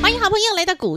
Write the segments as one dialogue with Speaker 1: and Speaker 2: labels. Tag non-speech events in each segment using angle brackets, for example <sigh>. Speaker 1: 欢迎好朋友来到股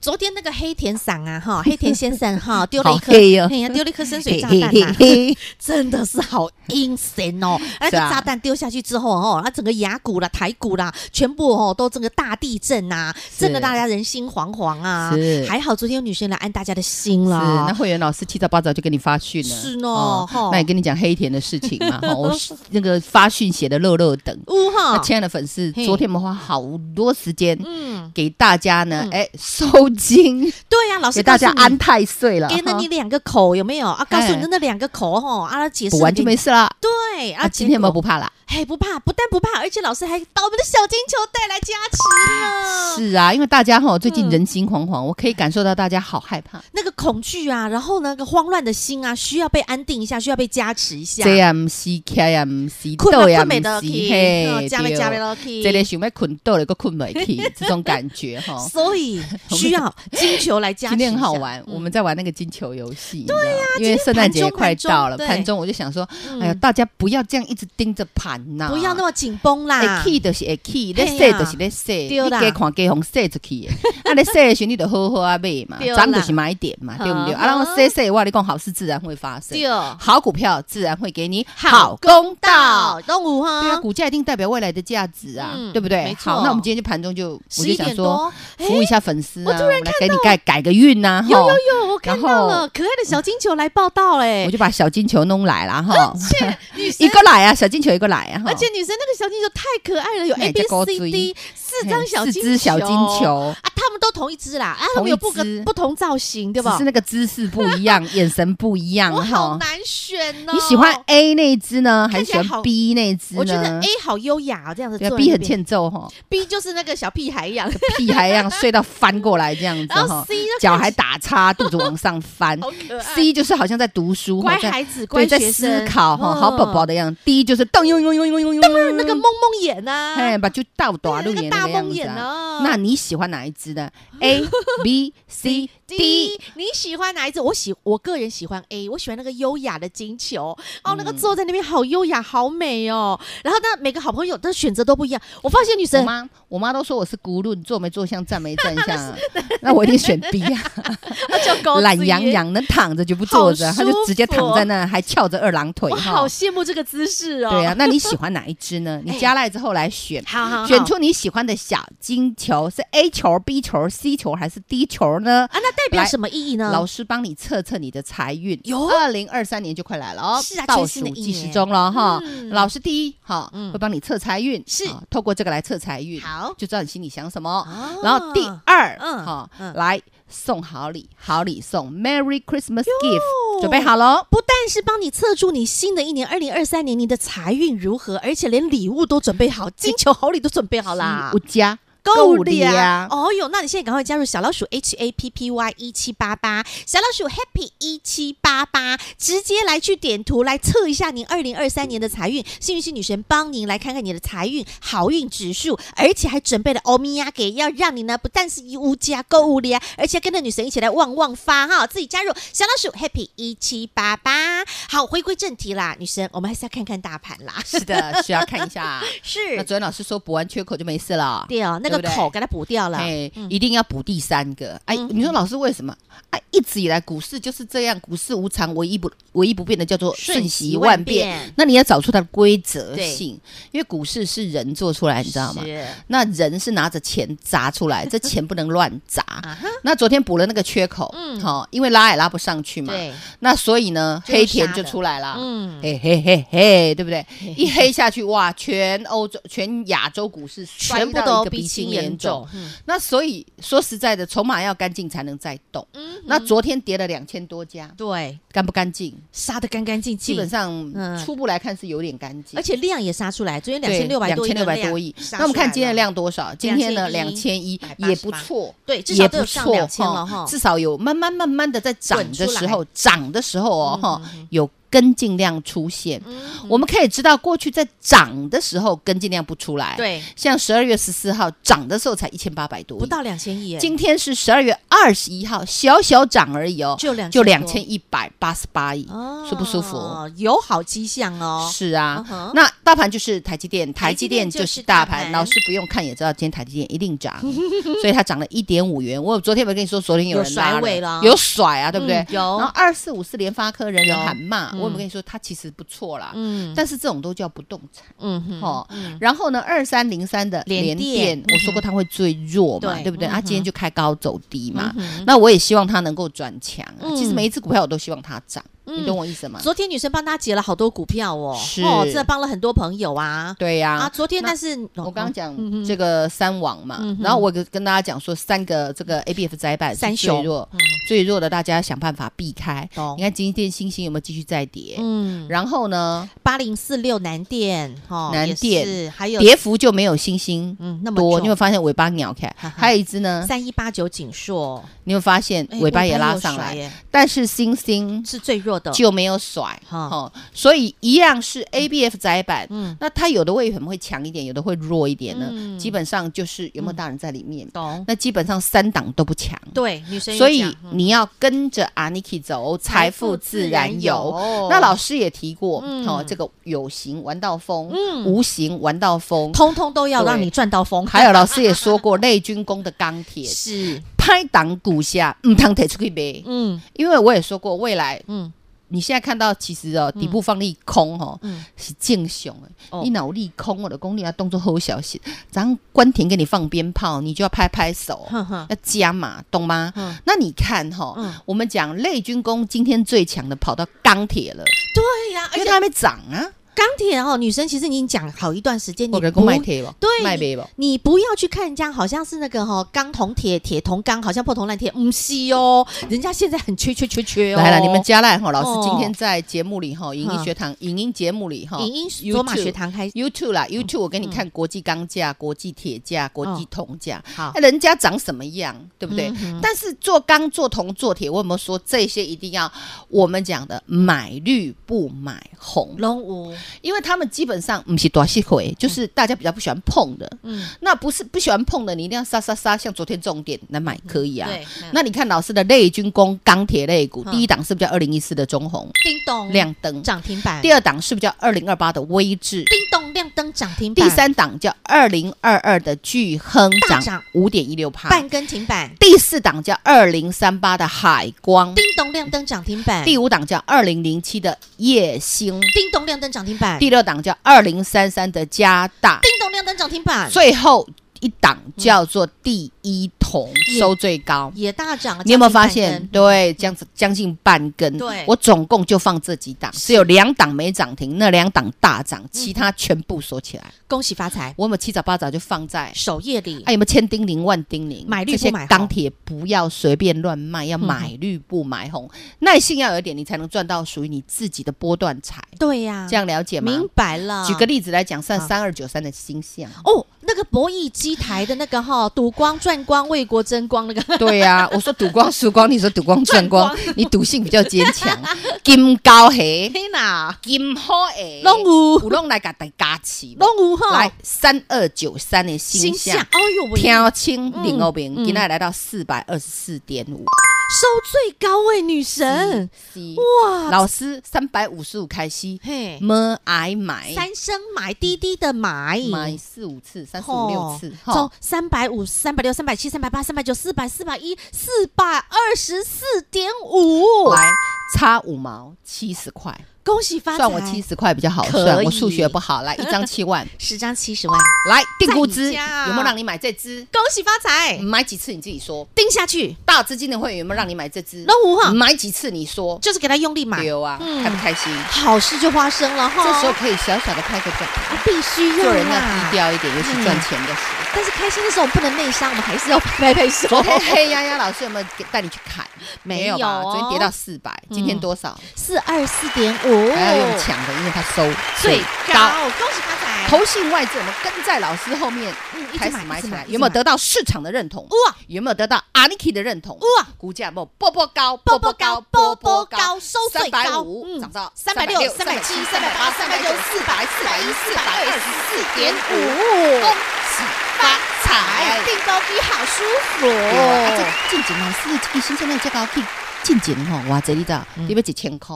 Speaker 1: 昨天那个黑田嗓啊 <laughs> 哈，黑田先生哈丢了一颗，
Speaker 2: 好黑哦
Speaker 1: 嘿呀丢了一颗深水
Speaker 2: 嘿
Speaker 1: 炸
Speaker 2: 嘿
Speaker 1: 弹
Speaker 2: 嘿
Speaker 1: 啊，
Speaker 2: 嘿，
Speaker 1: 真的是好阴森 <laughs> 哦！那个
Speaker 2: 是啊
Speaker 1: 炸弹丢下去之后哦，那整个牙骨啦、台骨啦，全部哦都整个大地震啊，震得大家人心惶惶啊
Speaker 2: 是。
Speaker 1: 还好昨天有女生来安大家的心
Speaker 2: 是那
Speaker 1: 啦。
Speaker 2: 会员老师七早八早就跟你发讯了，
Speaker 1: 是哦吼
Speaker 2: 那也跟你讲黑田的事情
Speaker 1: <laughs>
Speaker 2: 嘛，吼我那个发讯写的肉肉等，
Speaker 1: 呜
Speaker 2: 那
Speaker 1: 哈，
Speaker 2: 亲爱的粉丝，
Speaker 1: 嘿
Speaker 2: 昨天我们花好多时间
Speaker 1: 嗯，
Speaker 2: 给大家呢
Speaker 1: 嗯，
Speaker 2: 哎，收金，
Speaker 1: 对呀，老师
Speaker 2: 给大家
Speaker 1: 告诉你
Speaker 2: 安太岁了，
Speaker 1: 给了
Speaker 2: 哈
Speaker 1: 你两个口有没有啊？告诉
Speaker 2: 哎
Speaker 1: 你那两个口吼，啊，解释
Speaker 2: 补完就
Speaker 1: 给
Speaker 2: 没
Speaker 1: 你
Speaker 2: 事了。
Speaker 1: 对啊
Speaker 2: 啊，。今天我
Speaker 1: 结
Speaker 2: 们
Speaker 1: 果
Speaker 2: 不怕啦。
Speaker 1: 嘿不怕，不但不怕，而且老师还把我们的小金球带来加持了。
Speaker 2: 是啊，因为大家哈最近
Speaker 1: 嗯
Speaker 2: 人心惶惶，我可以感受到大家好害怕。
Speaker 1: 那个恐惧啊，然后呢那个慌乱的心啊，需要被安定一下，需要被加持一下。
Speaker 2: 这也唔是，那也唔是，
Speaker 1: 啊困
Speaker 2: 倒
Speaker 1: 了
Speaker 2: 也
Speaker 1: 困
Speaker 2: 唔
Speaker 1: 没
Speaker 2: 是，
Speaker 1: 得去，嗯
Speaker 2: 嘿，
Speaker 1: 加没加没
Speaker 2: 对。哦
Speaker 1: 得去。。
Speaker 2: 这类想要困倒了，个困不起，这种感觉哈
Speaker 1: <laughs> 所
Speaker 2: <laughs>
Speaker 1: 以需要金球来加持
Speaker 2: 今
Speaker 1: 一下。
Speaker 2: 天很好玩，
Speaker 1: 嗯
Speaker 2: 我们在玩那个金球游戏。对呀，因为圣诞节也快到了，
Speaker 1: 今天
Speaker 2: 盘
Speaker 1: 盘中盘中对
Speaker 2: 中我就想说，
Speaker 1: 嗯
Speaker 2: 哎呀，啊大家不要这样一直盯着盘呐，
Speaker 1: 不要那
Speaker 2: 么。
Speaker 1: 么紧绷啦。
Speaker 2: 会起就是会起，
Speaker 1: 啊嘿
Speaker 2: 咧
Speaker 1: 呀
Speaker 2: 说就是咧说，你
Speaker 1: 对啦
Speaker 2: 加看加红说出去的，啊，咧说的时候你就好好啊买嘛
Speaker 1: 对，啦
Speaker 2: 咱就是买点嘛，对不对？
Speaker 1: 嗯
Speaker 2: 啊，然后说说的话，你讲好事自然会发生
Speaker 1: 对，，
Speaker 2: 好股票自然会给你
Speaker 1: 好
Speaker 2: 好公
Speaker 1: 到。
Speaker 2: 道
Speaker 1: 动物
Speaker 2: 对啊，
Speaker 1: 哈，
Speaker 2: 股价一定代表未来的价值啊，
Speaker 1: 嗯
Speaker 2: 对不对
Speaker 1: 没？错
Speaker 2: 好，那我们今天就盘中就我
Speaker 1: 十
Speaker 2: 就
Speaker 1: 一
Speaker 2: 想
Speaker 1: 点
Speaker 2: 说
Speaker 1: 多，哎
Speaker 2: 服务一下粉丝啊，
Speaker 1: 我突然
Speaker 2: 们来给你改改个运啊呐，
Speaker 1: 有
Speaker 2: 吼
Speaker 1: 有有，我看到
Speaker 2: 然
Speaker 1: 了
Speaker 2: 后
Speaker 1: 可爱的小金球来报道哎
Speaker 2: 我，就把小金球弄来了哈，
Speaker 1: 女生
Speaker 2: 一个来啊，小金球一个来啊，哈
Speaker 1: 而且女生那个小金球太可爱了，有
Speaker 2: 那
Speaker 1: A
Speaker 2: 也叫
Speaker 1: B
Speaker 2: 勾
Speaker 1: C
Speaker 2: 追哎
Speaker 1: D 四张小
Speaker 2: 四
Speaker 1: 金
Speaker 2: 只小金球，
Speaker 1: 啊，他们都同一只啦，啊，他
Speaker 2: 同
Speaker 1: 们
Speaker 2: 一
Speaker 1: 有不个
Speaker 2: 只
Speaker 1: 不同造型，对
Speaker 2: 只
Speaker 1: 吧
Speaker 2: 是？那个姿势不一样，眼神不一样
Speaker 1: 我好
Speaker 2: 哈。
Speaker 1: 难选哦。
Speaker 2: 你喜欢？一那一只呢，还
Speaker 1: 看起
Speaker 2: 是喜
Speaker 1: 来
Speaker 2: 欢
Speaker 1: 好
Speaker 2: B 那一只呢？
Speaker 1: 我觉得 A 好优雅哦，这样子
Speaker 2: 对
Speaker 1: 坐
Speaker 2: 啊
Speaker 1: 在
Speaker 2: B
Speaker 1: 那
Speaker 2: 很
Speaker 1: 边
Speaker 2: 欠揍哈，
Speaker 1: B 就是那个小屁孩一
Speaker 2: <laughs>
Speaker 1: 样，
Speaker 2: 屁孩一样睡到翻过来这样子
Speaker 1: <laughs> 然
Speaker 2: 哈
Speaker 1: 后。C 就
Speaker 2: 脚还打叉，肚子往上翻。
Speaker 1: <laughs> 好可爱
Speaker 2: C 就是好像在读书，
Speaker 1: 乖
Speaker 2: 好像
Speaker 1: 孩子，乖
Speaker 2: 对，在
Speaker 1: 学
Speaker 2: 思
Speaker 1: 生，
Speaker 2: 考哈，
Speaker 1: 嗯
Speaker 2: 好宝宝的样子。D 就是动呦呦呦呦呦呦，
Speaker 1: 那个蒙蒙眼呐
Speaker 2: 哎，，把就倒大
Speaker 1: 对
Speaker 2: 陆
Speaker 1: 那
Speaker 2: 眼
Speaker 1: 个
Speaker 2: 那
Speaker 1: 大
Speaker 2: 个样
Speaker 1: 蒙
Speaker 2: 子
Speaker 1: 眼哦
Speaker 2: 啊。
Speaker 1: 呢？
Speaker 2: 那你喜欢哪一只呢？A B C D
Speaker 1: D，你喜欢哪一只？我喜，我个人喜欢 A，我喜欢那个优雅的金球哦，那个
Speaker 2: 嗯
Speaker 1: 坐在那边好优雅，好美哦。然后呢，每个好朋友的选择都不一样。我发现女
Speaker 2: 我
Speaker 1: 生
Speaker 2: 妈我妈都说我是轱辘，你坐没坐相，站没站
Speaker 1: <laughs>
Speaker 2: 相啊， <laughs> 那我一定选 B 啊，
Speaker 1: 叫 <laughs> 高
Speaker 2: 懒
Speaker 1: 子
Speaker 2: 洋
Speaker 1: 妍，
Speaker 2: 洋的躺着就不坐着，
Speaker 1: 好
Speaker 2: 她就直接
Speaker 1: 舒服
Speaker 2: 躺在那，还翘着二郎腿
Speaker 1: 我好
Speaker 2: 哈。
Speaker 1: 羡慕这个姿势哦。
Speaker 2: 对啊，那你喜欢哪一
Speaker 1: <laughs>
Speaker 2: 只呢？你
Speaker 1: 哎
Speaker 2: 加赖之后来选
Speaker 1: 好好好
Speaker 2: 选出你喜欢的小金球，是 A 球、B 球、C 球还是 D 球呢？
Speaker 1: 啊，那代表
Speaker 2: 来
Speaker 1: 什么意义呢？
Speaker 2: 老师帮你测测你的财运，
Speaker 1: 哟
Speaker 2: 二零二三年就快来了哦，
Speaker 1: 是啊
Speaker 2: 倒
Speaker 1: 全新
Speaker 2: 数
Speaker 1: 的一
Speaker 2: 计时
Speaker 1: 年
Speaker 2: 中了哈。
Speaker 1: 嗯
Speaker 2: 老师第一哈，
Speaker 1: 嗯
Speaker 2: 会帮你测财运，
Speaker 1: 是
Speaker 2: 啊透过这个来测财运，
Speaker 1: 好
Speaker 2: 就知道你心里想什么。
Speaker 1: 啊
Speaker 2: 然后第二，
Speaker 1: 嗯
Speaker 2: 哈
Speaker 1: 嗯，
Speaker 2: 来送好礼，好礼送，Merry Christmas gift，准备好喽。
Speaker 1: 不但是帮你测出你新的一年二零二三年你的财运如何，而且连礼物都准备好，金球好礼都准备好啦
Speaker 2: 我。家
Speaker 1: 够
Speaker 2: 力
Speaker 1: 力啊！
Speaker 2: 啊
Speaker 1: 哦哟，那你现在赶快加入小老鼠 H A P P Y 一七八八，小老鼠 Happy 一七八八，直接来去点图来测一下您二零二三年的财运。幸运星女神帮您来看看你的财运好运指数，而且还准备了欧米亚给，要让你呢不但是一屋家购物力啊，而且跟着女神一起来旺旺发哈，自己加入小老鼠 Happy 一七八八。好，回归正题啦，女神，我们还是要看看大盘啦。
Speaker 2: 是的，是要看一下。那
Speaker 1: <laughs> 是，
Speaker 2: 昨天老师说补完缺口就没事了。
Speaker 1: 对哦，那个
Speaker 2: 对不对
Speaker 1: 口给它补掉了。嗯
Speaker 2: 哎，一定要补第三个。哎，你说老师为什么？哎，一直以来股市就是这样，股市无常，唯一不唯一不变的叫做瞬息万变。
Speaker 1: 变
Speaker 2: 那你要找出它的规则性，因为股市是人做出来，你知道吗？
Speaker 1: 是
Speaker 2: 那人是拿着钱砸出来，这钱不能乱砸。
Speaker 1: <laughs> 啊哈，
Speaker 2: 那昨天补了那个缺口，嗯，好，因为拉也拉不上去嘛，啊
Speaker 1: 对，
Speaker 2: 那所以呢，
Speaker 1: 就用
Speaker 2: 黑田
Speaker 1: 杀
Speaker 2: 就
Speaker 1: 的
Speaker 2: 出来了，
Speaker 1: 嗯，
Speaker 2: 嘿嘿嘿嘿，对不对？一黑下去，哇，全欧洲、全亚洲股市
Speaker 1: 全部
Speaker 2: 摔到
Speaker 1: 都
Speaker 2: 一个
Speaker 1: 鼻
Speaker 2: 鼻
Speaker 1: 青
Speaker 2: 金联
Speaker 1: 种
Speaker 2: 总。，
Speaker 1: 嗯
Speaker 2: 那所以说实在的，筹码要干净才能再动。
Speaker 1: 嗯
Speaker 2: 那昨天跌了两千多家，
Speaker 1: 对，
Speaker 2: 干不干净？
Speaker 1: 杀的干干净净，
Speaker 2: 基本上
Speaker 1: 嗯
Speaker 2: 初步来看是有点干净，
Speaker 1: 而且量也杀出来，昨天两
Speaker 2: 对
Speaker 1: 千六百多亿，
Speaker 2: 2600多亿。那我们看今天的，量多少？今天呢，两千一
Speaker 1: 188
Speaker 2: 也不错，
Speaker 1: 对，至少
Speaker 2: 也
Speaker 1: 都有
Speaker 2: 不
Speaker 1: 上
Speaker 2: 错
Speaker 1: 两千了哈。
Speaker 2: 至少有慢慢慢慢的在涨
Speaker 1: 滚出
Speaker 2: 的
Speaker 1: 来
Speaker 2: 时候，涨的时候哦哈
Speaker 1: 嗯嗯，
Speaker 2: 有跟进量出现。
Speaker 1: 嗯
Speaker 2: 我们可以知道，过去在涨的时候跟进量不出来，，
Speaker 1: 对，
Speaker 2: 像十二月十四号涨的时候才一千八百多亿，
Speaker 1: 不到两千亿耶，
Speaker 2: 今天是十二月二十一号，小小涨而已哦，
Speaker 1: 就两
Speaker 2: 就两千一百八十八亿，
Speaker 1: 哦，
Speaker 2: 舒不舒服？？
Speaker 1: 有好迹象哦。
Speaker 2: 是啊
Speaker 1: 嗯哼
Speaker 2: 那大盘就是台积电，
Speaker 1: 台
Speaker 2: 台
Speaker 1: 积
Speaker 2: 积
Speaker 1: 电
Speaker 2: 电
Speaker 1: 就
Speaker 2: 就是是
Speaker 1: 大
Speaker 2: 大
Speaker 1: 盘
Speaker 2: 盘，老师不用看也知道，今天台积电一定涨， <laughs> 所以它涨了一点五元。我昨天有没有跟你说，昨天有人
Speaker 1: 有甩
Speaker 2: 拉
Speaker 1: 尾了
Speaker 2: 有甩啊，对不对
Speaker 1: 嗯？有
Speaker 2: 然后二四五四联发科人人喊骂，
Speaker 1: 嗯
Speaker 2: 我有没有跟你说它其实不错啦？
Speaker 1: 嗯
Speaker 2: 但是这种都叫不动产
Speaker 1: 嗯哼
Speaker 2: 哦
Speaker 1: 嗯
Speaker 2: 然后呢，二三零三的
Speaker 1: 联
Speaker 2: 联
Speaker 1: 电嗯
Speaker 2: 电，我说过它会最弱嘛，
Speaker 1: 对
Speaker 2: 对不对？
Speaker 1: 嗯
Speaker 2: 它今天
Speaker 1: 哼
Speaker 2: 就开高走低嘛，
Speaker 1: 嗯哼
Speaker 2: 那我也希望它能够转强啊、
Speaker 1: 嗯
Speaker 2: 其实每一只股票我都希望它涨，
Speaker 1: 嗯
Speaker 2: 你懂我意思吗？
Speaker 1: 昨天女生帮她解了好多股票哦，
Speaker 2: 是
Speaker 1: 哦，这帮了很多朋友啊
Speaker 2: 对呀、
Speaker 1: 啊！昨天
Speaker 2: 那
Speaker 1: 但是
Speaker 2: 我刚刚
Speaker 1: 嗯哼
Speaker 2: 讲这个三王嘛，
Speaker 1: 嗯哼
Speaker 2: 然后我跟跟大家讲说，三个这个 A B F 窄板是
Speaker 1: 三
Speaker 2: 最
Speaker 1: 雄
Speaker 2: 弱、
Speaker 1: 嗯
Speaker 2: 最弱的，大家想办法避开。
Speaker 1: 懂
Speaker 2: 你看今天星星有没有继续再跌？
Speaker 1: 嗯，
Speaker 2: 然后呢，
Speaker 1: 八零四六南电哦，
Speaker 2: 南电
Speaker 1: 也是还有
Speaker 2: 跌幅就没有星星
Speaker 1: 嗯那么
Speaker 2: 多，你
Speaker 1: 重
Speaker 2: 会发现尾巴扭开。
Speaker 1: 哈哈
Speaker 2: 还有一只呢，
Speaker 1: 三一八九锦硕
Speaker 2: 你会发现
Speaker 1: 哎
Speaker 2: 尾巴也拉
Speaker 1: 有
Speaker 2: 上
Speaker 1: 甩
Speaker 2: 来，
Speaker 1: 耶
Speaker 2: 但是星星
Speaker 1: 是最弱的，
Speaker 2: 就没有甩，
Speaker 1: 哈
Speaker 2: 哦，所以一样是 A B F 窄板，
Speaker 1: 嗯
Speaker 2: 那它有的位可能会强一点，有的会弱一点呢。
Speaker 1: 嗯
Speaker 2: 基本上就是有没有大人在里面？
Speaker 1: 懂
Speaker 2: 那基本上三档都不强。
Speaker 1: 对女生有
Speaker 2: 所以
Speaker 1: 讲嗯
Speaker 2: 你要跟着 Aniki 走，财富自然有。那老师也提过，
Speaker 1: 嗯
Speaker 2: 哦，这个有形玩到疯，
Speaker 1: 嗯
Speaker 2: 无形玩到疯。
Speaker 1: 通通都要
Speaker 2: 对
Speaker 1: 让你赚到风，
Speaker 2: 还有老师也说
Speaker 1: <laughs>
Speaker 2: 过，内军工的钢铁
Speaker 1: 是
Speaker 2: 拍档股下，嗯，汤腿出去呗。
Speaker 1: 嗯
Speaker 2: 因为我也说过，未来
Speaker 1: 嗯
Speaker 2: 你现在看到其实哦，底部放利空哦，
Speaker 1: 嗯
Speaker 2: 是正常的。
Speaker 1: 哦
Speaker 2: 你脑力空，我的功力要动作后小心。然后关停给你放鞭炮，你就要拍拍手，
Speaker 1: 哼哼
Speaker 2: 要加码，懂吗？
Speaker 1: 嗯
Speaker 2: 那你看哈、
Speaker 1: 嗯
Speaker 2: 我们讲类军工今天最强的跑到钢铁了，
Speaker 1: 对呀，而
Speaker 2: 因
Speaker 1: 且
Speaker 2: 为它还没涨啊。
Speaker 1: 钢铁哦，女生其实已经讲好一段时间，你
Speaker 2: 我给
Speaker 1: 不
Speaker 2: 公卖铁吧，
Speaker 1: 对
Speaker 2: 卖呗吧。
Speaker 1: 你不要去看人家，好像是那个哈、哦、钢铜铁铁铜钢，好像破铜烂铁，嗯是哦，人家现在很缺缺缺缺哦。
Speaker 2: 来了，你们加赖哈，老师
Speaker 1: 哦嗯
Speaker 2: 今天在节目里哈，影音学堂影音节目里哈
Speaker 1: 影音罗马学堂开
Speaker 2: ，YouTube 啦，YouTube 我给
Speaker 1: 嗯
Speaker 2: 你看国际钢价、国际铁
Speaker 1: 哦
Speaker 2: 价、国际铜价，
Speaker 1: 好
Speaker 2: 哎，人家长什么样，对不对
Speaker 1: 嗯哼？
Speaker 2: 但是做钢、做铜、做铁，我有没有说这些一定要我们讲的买绿不买红？
Speaker 1: 龙舞，
Speaker 2: 因为他们基本上不是多细回，就是大家比较不喜欢碰的。
Speaker 1: 嗯，
Speaker 2: 那不是不喜欢碰的，你一定要杀杀杀，像昨天重点来买可以啊。
Speaker 1: 对，那
Speaker 2: 那你看老师的类军工、钢铁类股，
Speaker 1: 嗯哦
Speaker 2: 第一档是不是叫二零一四的中红
Speaker 1: 叮咚
Speaker 2: 亮灯？
Speaker 1: 涨停板，
Speaker 2: 第二档是不是叫二零二八的威智？
Speaker 1: 叮咚亮灯涨停板，
Speaker 2: 第三档叫二零二二的巨亨
Speaker 1: 大涨
Speaker 2: 涨五点一六帕
Speaker 1: 半，根停板，
Speaker 2: 第四档叫二零三八的海光，
Speaker 1: 叮咚亮灯涨停板，
Speaker 2: 嗯第五档叫二零零七的叶星，
Speaker 1: 叮咚亮灯涨停板，叮
Speaker 2: 第六档叫二零三三的加大，
Speaker 1: 咚亮灯涨停板，
Speaker 2: 最后一档叫做第一桶
Speaker 1: 嗯
Speaker 2: 收最高。
Speaker 1: 也大涨了，
Speaker 2: 你有没有
Speaker 1: 将
Speaker 2: 发
Speaker 1: 近半
Speaker 2: 现？
Speaker 1: 根？嗯
Speaker 2: 对，将将近半根。
Speaker 1: 对
Speaker 2: 我总共就放这几档，只有两档没涨停，那两档大涨，
Speaker 1: 嗯
Speaker 2: 其他全部锁起来。
Speaker 1: 恭喜发财，
Speaker 2: 我有没有七早八早就放在？
Speaker 1: 首页里
Speaker 2: 哎，有没有千叮咛万叮咛？
Speaker 1: 买绿
Speaker 2: 这些
Speaker 1: 不买红嗯
Speaker 2: 钢铁不要随便乱卖，要买绿不买红，耐性要有一点，你才能赚到属于你自己的波段财。
Speaker 1: 对呀，
Speaker 2: 这样了解
Speaker 1: 嗯
Speaker 2: 吗？
Speaker 1: 明啊白了。
Speaker 2: 举个例子来讲，算
Speaker 1: 好
Speaker 2: 三二九三的星象。
Speaker 1: 哦，那个博弈机台的那个
Speaker 2: 嗯
Speaker 1: 哈，赌光、赚光、为国争光那个，
Speaker 2: <laughs> 对呀、我说赌光输光，你说赌光赚光
Speaker 1: 赚，
Speaker 2: 你赌性比较坚强。 <laughs> 金高黑，
Speaker 1: 天哪，
Speaker 2: 金好诶，
Speaker 1: 拢有，
Speaker 2: 有拢来甲大家起，
Speaker 1: 拢有哈，
Speaker 2: 哎来三二九三的星
Speaker 1: 象，
Speaker 2: 象，
Speaker 1: 哎呦喂，
Speaker 2: 挑清零后边，
Speaker 1: 嗯
Speaker 2: 今天来到四百二十四点五，
Speaker 1: 收最高位女神，
Speaker 2: 是
Speaker 1: 呃哇，
Speaker 2: 老师三百五十五开息，
Speaker 1: 嘿，
Speaker 2: 么挨买
Speaker 1: 三声买，滴滴的买。
Speaker 2: 哎买四五次，三四
Speaker 1: 吼
Speaker 2: 五六次，
Speaker 1: 从
Speaker 2: 吼
Speaker 1: 三百五、三百六、三百七、三百八、三百九、四百、四百一、四百二十四点五，
Speaker 2: 来差五毛七十块，
Speaker 1: 恭喜发财！
Speaker 2: 算我七十块比较好
Speaker 1: 可
Speaker 2: 算，
Speaker 1: 以
Speaker 2: 我数学不好，来一张七万，
Speaker 1: 十张七十万，
Speaker 2: 来定
Speaker 1: 在
Speaker 2: 估
Speaker 1: 你
Speaker 2: 值
Speaker 1: 家啊
Speaker 2: 有没有让你买这只？
Speaker 1: 恭喜发财，
Speaker 2: 买几次你自己说，
Speaker 1: 嗯定下去，
Speaker 2: 大资金的会员有没有让你买这只？
Speaker 1: 那啊五哈，
Speaker 2: 买几次你说，
Speaker 1: 就是给他用力买，
Speaker 2: 有啊，
Speaker 1: 嗯
Speaker 2: 开不开心？
Speaker 1: 好事就发生了哈。
Speaker 2: 这时候可以小小的拍个照，
Speaker 1: 必须要啦
Speaker 2: 做人要低，调一点，尤其赚钱的时候。
Speaker 1: 但是开心的时候我们不能内伤，我们还是要拍拍手。
Speaker 2: 昨天黑丫丫老师有没有给带你去砍？
Speaker 1: 嗯哦没有嗯
Speaker 2: 吧？
Speaker 1: 哦
Speaker 2: 昨天跌到四百，今天多少？
Speaker 1: 四二四点五，
Speaker 2: 还要用抢的，因为它收
Speaker 1: 最高，恭喜发财！
Speaker 2: 投信外资，我们跟在老师后面
Speaker 1: 嗯一直
Speaker 2: 开始
Speaker 1: 买一
Speaker 2: 买
Speaker 1: 直
Speaker 2: 起
Speaker 1: 买
Speaker 2: 来
Speaker 1: 一，直
Speaker 2: 有没有
Speaker 1: 买
Speaker 2: 得到市场的认同？
Speaker 1: 哇
Speaker 2: 有没有得到阿尼 k 的认同？
Speaker 1: 哇，
Speaker 2: 股价有没有波波高，
Speaker 1: 波波高，波波高，收最高，
Speaker 2: 350涨到
Speaker 1: 三百六、三百七、三百八、三百九、四百、四百一、四百二十四点五，
Speaker 2: 恭喜发财
Speaker 1: 哎，！订购比好舒服
Speaker 2: 对啊啊这进前老师一心现在这个去进前吼，哇，这你知道，你要一千块，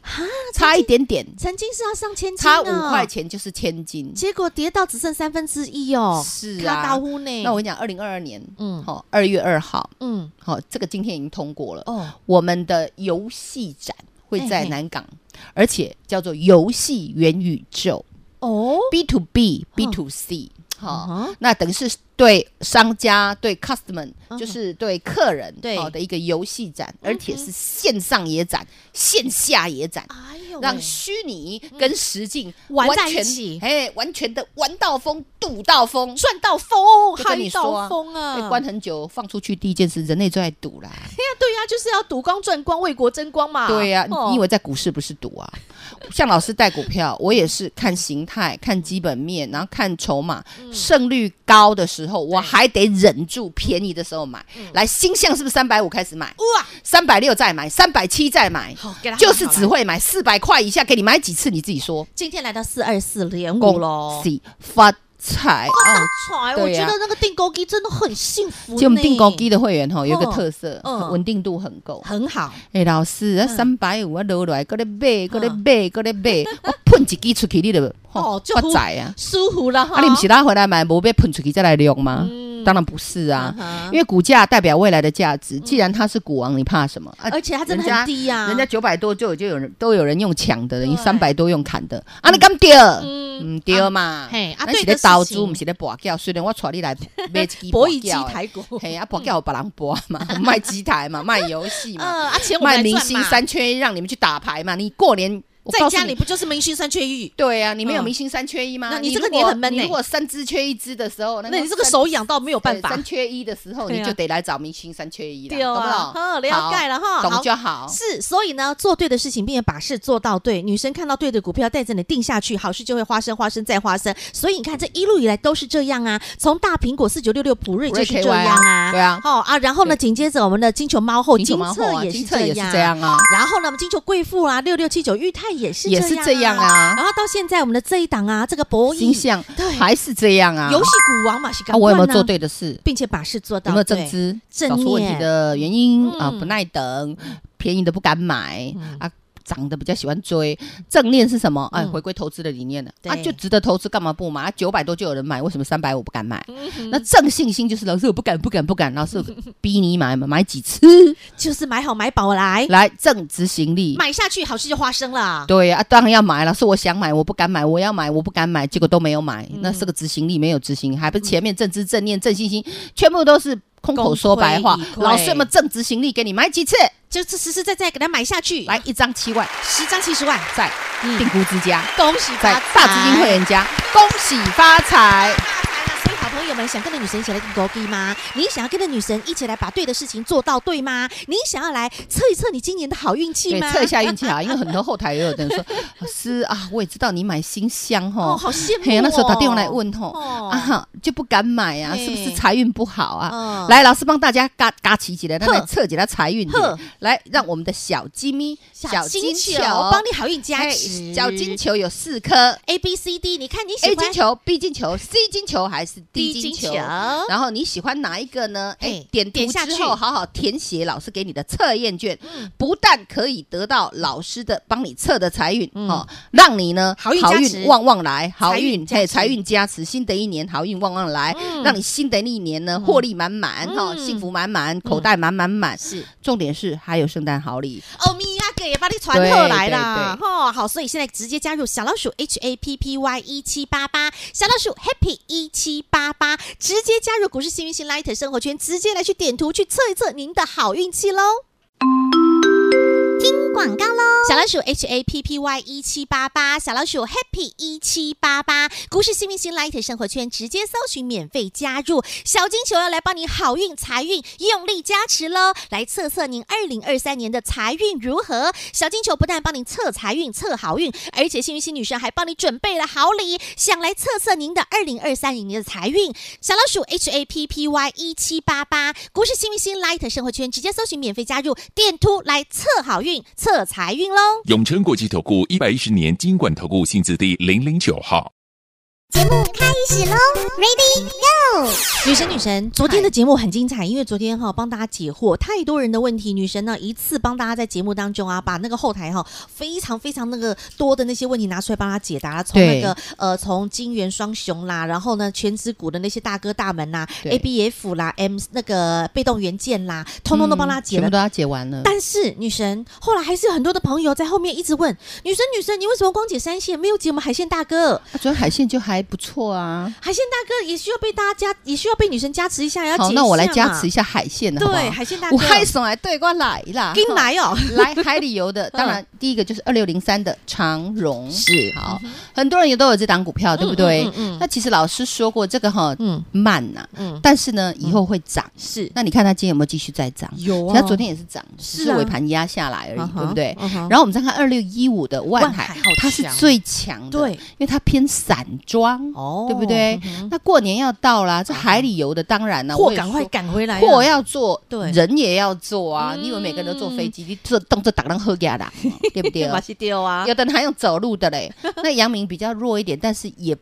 Speaker 1: 哈，
Speaker 2: 差一点点，
Speaker 1: 曾经是要上千金，
Speaker 2: 差五块，钱就是千金。
Speaker 1: 结果跌到只剩三分之一哦，
Speaker 2: 是
Speaker 1: 卡达
Speaker 2: 啊，
Speaker 1: 乌呢？
Speaker 2: 那我跟你讲，二零二二年，
Speaker 1: 嗯
Speaker 2: 嗯，好，二月二号，
Speaker 1: 嗯
Speaker 2: 好，这个今天已经通过了。
Speaker 1: 哦，
Speaker 2: 我们的游戏展会在
Speaker 1: 哎嘿嘿
Speaker 2: 南港，而且叫做游戏元宇宙
Speaker 1: 哦，
Speaker 2: B to B、B
Speaker 1: 嗯
Speaker 2: to C。好，
Speaker 1: 啊，
Speaker 2: 那等于是对商家、对 customer，
Speaker 1: 嗯
Speaker 2: 就是对客人
Speaker 1: 对
Speaker 2: 好的一个游戏展，而且是线上也展、线下也展。
Speaker 1: 哎呦喂，
Speaker 2: 让虚拟跟实境
Speaker 1: 嗯玩
Speaker 2: 完
Speaker 1: 在一
Speaker 2: 全
Speaker 1: 起
Speaker 2: 哎，完全的玩到疯，赌到疯，
Speaker 1: 赚到疯，
Speaker 2: 就跟
Speaker 1: 嗨
Speaker 2: 你说
Speaker 1: 到
Speaker 2: 啊
Speaker 1: 疯啊！
Speaker 2: 被关很久，放出去第一件事，人类最爱赌啦。
Speaker 1: 哎呀，对呀，就是要赌光赚光，为国争光嘛。
Speaker 2: 对呀、
Speaker 1: 哦
Speaker 2: 你以为在股市不是赌啊？像老师带股
Speaker 1: <laughs>
Speaker 2: 票，我也是看形态、看基本面，然后看筹码，
Speaker 1: 嗯
Speaker 2: 胜率高的时候，我还得忍住便宜的时候买。
Speaker 1: 嗯
Speaker 2: 来，星象是不是三百五开始买？
Speaker 1: 哇，
Speaker 2: 三百六再买，三百七再买，
Speaker 1: 好，给他
Speaker 2: 就是
Speaker 1: 好了
Speaker 2: 只会买四百块以下，给你买几次你自己说。
Speaker 1: 今天来到四二四连五喽。
Speaker 2: 喜发财哦！
Speaker 1: 哇我
Speaker 2: 对
Speaker 1: 觉
Speaker 2: 呀
Speaker 1: 得那个订购机真的很幸福呢。
Speaker 2: 其实我们订购机的会员吼，有一个
Speaker 1: 嗯
Speaker 2: 特色，
Speaker 1: 嗯
Speaker 2: 稳定度很够。
Speaker 1: 很好，
Speaker 2: 诶、老师，啊，
Speaker 1: 嗯
Speaker 2: 三百五啊，落落来，搁咧买，搁咧买，搁咧
Speaker 1: <laughs>
Speaker 2: 买，我喷一支出去，你就
Speaker 1: 哦就
Speaker 2: 发财啊！
Speaker 1: 舒服了哈。
Speaker 2: 啊，你不是拉回来买，无被喷出去再来用吗？
Speaker 1: 嗯
Speaker 2: 当然不是啊，
Speaker 1: 啊
Speaker 2: 因为股价代表未来的价值，既然它是股王，你怕什么？啊
Speaker 1: 而且它真的很低呀、
Speaker 2: 人家九百多就有就有人都有人用抢的，你
Speaker 1: 对
Speaker 2: 三百多用砍的，啊，你敢丢？
Speaker 1: 嗯，
Speaker 2: 嗯，对嘛，
Speaker 1: 嘿啊
Speaker 2: 咱
Speaker 1: 对
Speaker 2: 是
Speaker 1: 的
Speaker 2: 咧
Speaker 1: 事
Speaker 2: 投
Speaker 1: 情
Speaker 2: 资，毋是咧博缴。虽然我带你来买一支
Speaker 1: 博弈机
Speaker 2: 博缴的
Speaker 1: 台股，
Speaker 2: 嘿啊，博缴有别人博
Speaker 1: <laughs>
Speaker 2: 嘛，我卖机台嘛，卖游戏
Speaker 1: 呃，
Speaker 2: 嘛，
Speaker 1: 啊，钱我们
Speaker 2: 卖
Speaker 1: 来
Speaker 2: 明
Speaker 1: 赚
Speaker 2: 星
Speaker 1: 嘛，
Speaker 2: 三缺一，让你们去打牌嘛。你过年我
Speaker 1: 在
Speaker 2: 告诉
Speaker 1: 家
Speaker 2: 你
Speaker 1: 里不就是明星三缺一？
Speaker 2: 对啊，你们有
Speaker 1: 嗯
Speaker 2: 明星三缺一吗？
Speaker 1: 那你这
Speaker 2: 如
Speaker 1: 个
Speaker 2: 果
Speaker 1: 年很闷
Speaker 2: 你
Speaker 1: 呢
Speaker 2: 如果三只缺一只的时候，
Speaker 1: 那你这
Speaker 2: 三
Speaker 1: 个手痒到没有办
Speaker 2: 对
Speaker 1: 法
Speaker 2: 三，缺一的时候，
Speaker 1: 对啊
Speaker 2: 你就得来找明星三缺一了，
Speaker 1: 对
Speaker 2: 懂不
Speaker 1: 啊
Speaker 2: 懂？
Speaker 1: 呵了哦解了哈
Speaker 2: 好
Speaker 1: 好
Speaker 2: 懂就好。
Speaker 1: 是，所以呢，做对的事情，并且把事做到对。女生看到对的股票，带着你定下去，好事就会发生，发生再发生。所以你看，这一路以来都是这样啊。从大苹果四九六六普瑞
Speaker 2: 普
Speaker 1: 就
Speaker 2: 瑞
Speaker 1: 是这
Speaker 2: KY 啊
Speaker 1: 样啊，
Speaker 2: 对啊
Speaker 1: 哦啊，然后呢，紧接着我们的金球猫后、
Speaker 2: 金球猫后啊
Speaker 1: 也
Speaker 2: 金
Speaker 1: 是
Speaker 2: 策
Speaker 1: 这
Speaker 2: 也是
Speaker 1: 样，
Speaker 2: 这样啊。
Speaker 1: 然后呢，我们金球贵妇啊，六六七九裕泰也是
Speaker 2: 也是这样啊
Speaker 1: 然后到现在我们的这一档啊，这个博弈
Speaker 2: 星象
Speaker 1: 对
Speaker 2: 还是这样啊？
Speaker 1: 游戏股王嘛是
Speaker 2: 啊，
Speaker 1: 干、
Speaker 2: 我有没有做，对的事？
Speaker 1: 并且把事做到
Speaker 2: 有没有
Speaker 1: 对
Speaker 2: 正知？
Speaker 1: 正
Speaker 2: 找出问
Speaker 1: 念
Speaker 2: 题的原因
Speaker 1: 嗯
Speaker 2: 啊，不耐等，便宜的不敢买啊。涨的比较喜欢追，正念是什么？哎，
Speaker 1: 嗯
Speaker 2: 回归投资的理念呢？啊，
Speaker 1: 对
Speaker 2: 就值得投资，干嘛不买？啊九百多就有人买，为什么三百五不敢买？
Speaker 1: 嗯哼
Speaker 2: 那正信心就是老师我不敢不敢不敢，老师逼你买买几次？
Speaker 1: 就是买好买宝来，
Speaker 2: 来正执行力，
Speaker 1: 买下去好事就发生了。
Speaker 2: 对啊，当然要买了。是我想买，我不敢买；我要买，我不敢买，结果都没有买。
Speaker 1: 嗯
Speaker 2: 那是个执行力没有执行，还不是前面正知、正念、正信心，全部都是空口说白话
Speaker 1: 功亏一。篑
Speaker 2: 老师有没有正执行力给你买几次？
Speaker 1: 就是实实在在给它买下去，
Speaker 2: 来一张七万，
Speaker 1: 十张七十万，
Speaker 2: 在
Speaker 1: 嗯
Speaker 2: 定估之家，
Speaker 1: 恭喜
Speaker 2: 在
Speaker 1: 发财！
Speaker 2: 大资金会员家，恭喜发
Speaker 1: 发
Speaker 2: 财！
Speaker 1: 财啦！所以好朋友们，想跟着女神一起来订购 D 吗？你想要跟着女神一起来把对的事情做到对吗？你想要来测一测你今年的好运气
Speaker 2: 对，
Speaker 1: 吗？
Speaker 2: 测一下运气啊，因为很多后台也有人说， <laughs> 老师啊，我也知道你买新香
Speaker 1: 哦，
Speaker 2: 哈，
Speaker 1: 好羡慕、哦！
Speaker 2: 嘿，哎那时候打电话来问吼，
Speaker 1: 哦
Speaker 2: 啊哈，就不敢买啊，
Speaker 1: 嘿
Speaker 2: 是不是财运不好啊
Speaker 1: 嗯？
Speaker 2: 来，老师帮大家嘎嘎起起来，
Speaker 1: 呵
Speaker 2: 来测几下财运点
Speaker 1: 呵，
Speaker 2: 来让我们的小鸡咪、
Speaker 1: 小金球帮你好运加
Speaker 2: 哎
Speaker 1: 持，
Speaker 2: 小金球有四颗
Speaker 1: A B C D，你看你喜
Speaker 2: ，A
Speaker 1: 欢
Speaker 2: 金球、B 金球、C 金球还是 D
Speaker 1: D
Speaker 2: 金球
Speaker 1: 金球？
Speaker 2: 然后你喜欢哪一个呢？哎
Speaker 1: 哦嘿，
Speaker 2: 点
Speaker 1: 点
Speaker 2: 点
Speaker 1: 下
Speaker 2: 下之
Speaker 1: 去嗯
Speaker 2: 后，好好填写老师给你的测验卷，不但可以得到老师的帮你测的财运哦，让你呢
Speaker 1: 嗯好运加持
Speaker 2: 旺旺来，好
Speaker 1: 财运
Speaker 2: 运
Speaker 1: 加
Speaker 2: 嘿
Speaker 1: 持
Speaker 2: 财运加持，新的一年好运旺旺来，让你新的一年呢获利满满哈，
Speaker 1: 嗯
Speaker 2: 幸福满满，口袋满满满。
Speaker 1: 是嗯
Speaker 2: 重点是还有圣诞好礼，
Speaker 1: 欧米亚个也把你传过来
Speaker 2: 对
Speaker 1: 啦，
Speaker 2: 对
Speaker 1: 吼、好，所以现在直接加入小老鼠 H A P P Y 一七八八，小老鼠 Happy 一七八八，直接加入股市幸运星 Light 生活圈，直接来去点图去测一测您的好运气喽。听广告喽！小老鼠 H A P P Y 一七八八，小老鼠 Happy 一七八八，股市新明星 Light 生活圈直接搜寻免费加入，小金球要来帮你好运财运用力加持喽！来测测您二零二三年的财运如何？小金球不但帮您测财运、测好运，而且幸运星女神还帮你准备了好礼，想来测测您的二零二三年的财运。小老鼠 H A P P Y 一七八八，股市新明星 Light 生活圈直接搜寻免费加入，电突来测好运、测财运喽！
Speaker 3: 永诚国际投顾一百一十年金管投顾性质第零零九号。
Speaker 1: 女神，女神，昨天的节目很精彩，因为昨天哈、帮大家解惑太多人的问题，女神呢一次帮大家在节目当中啊，把那个后台哈、非常非常那个多的那些问题拿出来帮他解答，从那
Speaker 2: 对
Speaker 1: 个呃从金元双雄啦，然后呢全指股的那些大哥大门啦
Speaker 2: 对
Speaker 1: ，A B F 啦，M 那个被动元件啦，通通都帮他解
Speaker 2: 全
Speaker 1: 了
Speaker 2: 部。都要解完了。
Speaker 1: 但是女神后来还是有很多的朋友在后面一直问女神，女神，你为什么光解三线没有解我们海线大哥？
Speaker 2: 啊昨天海线就还不错啊。
Speaker 1: 海鲜大哥也需要被大家加，也需要被女神加持一下，要
Speaker 2: 好，
Speaker 1: 解
Speaker 2: 那我
Speaker 1: 一
Speaker 2: 来
Speaker 1: 下
Speaker 2: 加
Speaker 1: 嘛
Speaker 2: 持一下海线好不好
Speaker 1: 对，海鲜大哥，
Speaker 2: 我海上来对我来啦，
Speaker 1: 跟来哦，
Speaker 2: <laughs> 来海里游
Speaker 1: 嗯
Speaker 2: 的，当然第一个就是二六零三的长荣，
Speaker 1: 是
Speaker 2: 好，很多人也都有这档股票，对不对？那其实老师说过这个哈
Speaker 1: 嗯
Speaker 2: 慢呐，
Speaker 1: 嗯，
Speaker 2: 但是呢以后会涨。
Speaker 1: 是
Speaker 2: 那你看它今天有没有继续再涨？
Speaker 1: 有啊
Speaker 2: 它昨天也是涨，
Speaker 1: 是
Speaker 2: 只是
Speaker 1: 啊
Speaker 2: 尾盘压下来而
Speaker 1: 嗯
Speaker 2: 已，
Speaker 1: 哼
Speaker 2: 对不对？
Speaker 1: 嗯哼
Speaker 2: 然后我们再看二六一五的万
Speaker 1: 万海
Speaker 2: 海
Speaker 1: 好强，
Speaker 2: 它是最强的，
Speaker 1: 对
Speaker 2: 因为它偏散装，
Speaker 1: 哦
Speaker 2: 对不对？那过年要到啦，这海里游的当然啦，
Speaker 1: 货
Speaker 2: 我也
Speaker 1: 嗯赶快
Speaker 2: 说
Speaker 1: 赶回来啊，
Speaker 2: 货要做，
Speaker 1: 对
Speaker 2: 人也要做啊！
Speaker 1: 嗯
Speaker 2: 你以为每个人都坐飞机，你这动作打人喝牙啦，
Speaker 1: <laughs>
Speaker 2: 对不对？
Speaker 1: 马西丢啊，
Speaker 2: 有的人还用走路的
Speaker 1: <laughs>
Speaker 2: 嘞。那阳明比较弱一点，但是也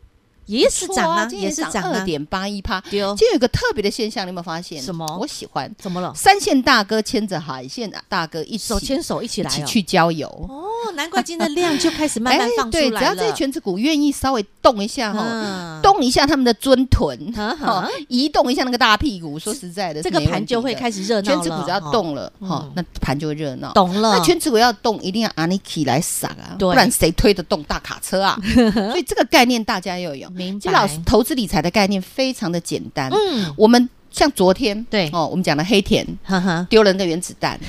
Speaker 1: 也是涨
Speaker 2: 错
Speaker 1: 啊，
Speaker 2: 今
Speaker 1: 也
Speaker 2: 天
Speaker 1: 是涨
Speaker 2: 涨二
Speaker 1: 啊，
Speaker 2: 点八一趴。
Speaker 1: 丢
Speaker 2: 今天有一个特别的现象，你有没有发现？
Speaker 1: 什么
Speaker 2: 我喜欢
Speaker 1: 怎么了？
Speaker 2: 三线大哥牵着海线大哥一起
Speaker 1: 手牵手一起
Speaker 2: 一
Speaker 1: 来
Speaker 2: 起
Speaker 1: 哦
Speaker 2: 去郊游。哎
Speaker 1: 哦，难怪今天的量就开始慢慢放出
Speaker 2: 对，只
Speaker 1: 来
Speaker 2: 要这些
Speaker 1: 了，
Speaker 2: 全职股愿意稍微动一下哈，
Speaker 1: 嗯，
Speaker 2: 动一下他们的尊臀，
Speaker 1: 呵呵
Speaker 2: 哈移动一下那个大屁股。说实在的，
Speaker 1: 这个
Speaker 2: 是没问
Speaker 1: 盘就
Speaker 2: 题
Speaker 1: 会
Speaker 2: 的
Speaker 1: 开始热闹
Speaker 2: 全
Speaker 1: 了，
Speaker 2: 指股只要
Speaker 1: 哦，
Speaker 2: 动了，
Speaker 1: 嗯
Speaker 2: 哈、那盘就会热闹。
Speaker 1: 懂了
Speaker 2: 那，全指股要动，一定要阿尼起来撒啊，
Speaker 1: 对
Speaker 2: 不然谁推得动大卡车
Speaker 1: <laughs>
Speaker 2: 啊？所以这个概念大家要有。
Speaker 1: 明
Speaker 2: 其实老师
Speaker 1: 白，
Speaker 2: 投资理财的概念非常的简单， <laughs>
Speaker 1: 嗯，
Speaker 2: 我们像昨天
Speaker 1: 对
Speaker 2: 哦，我们讲的黑田
Speaker 1: 哈哈，
Speaker 2: 丢了那个原子弹，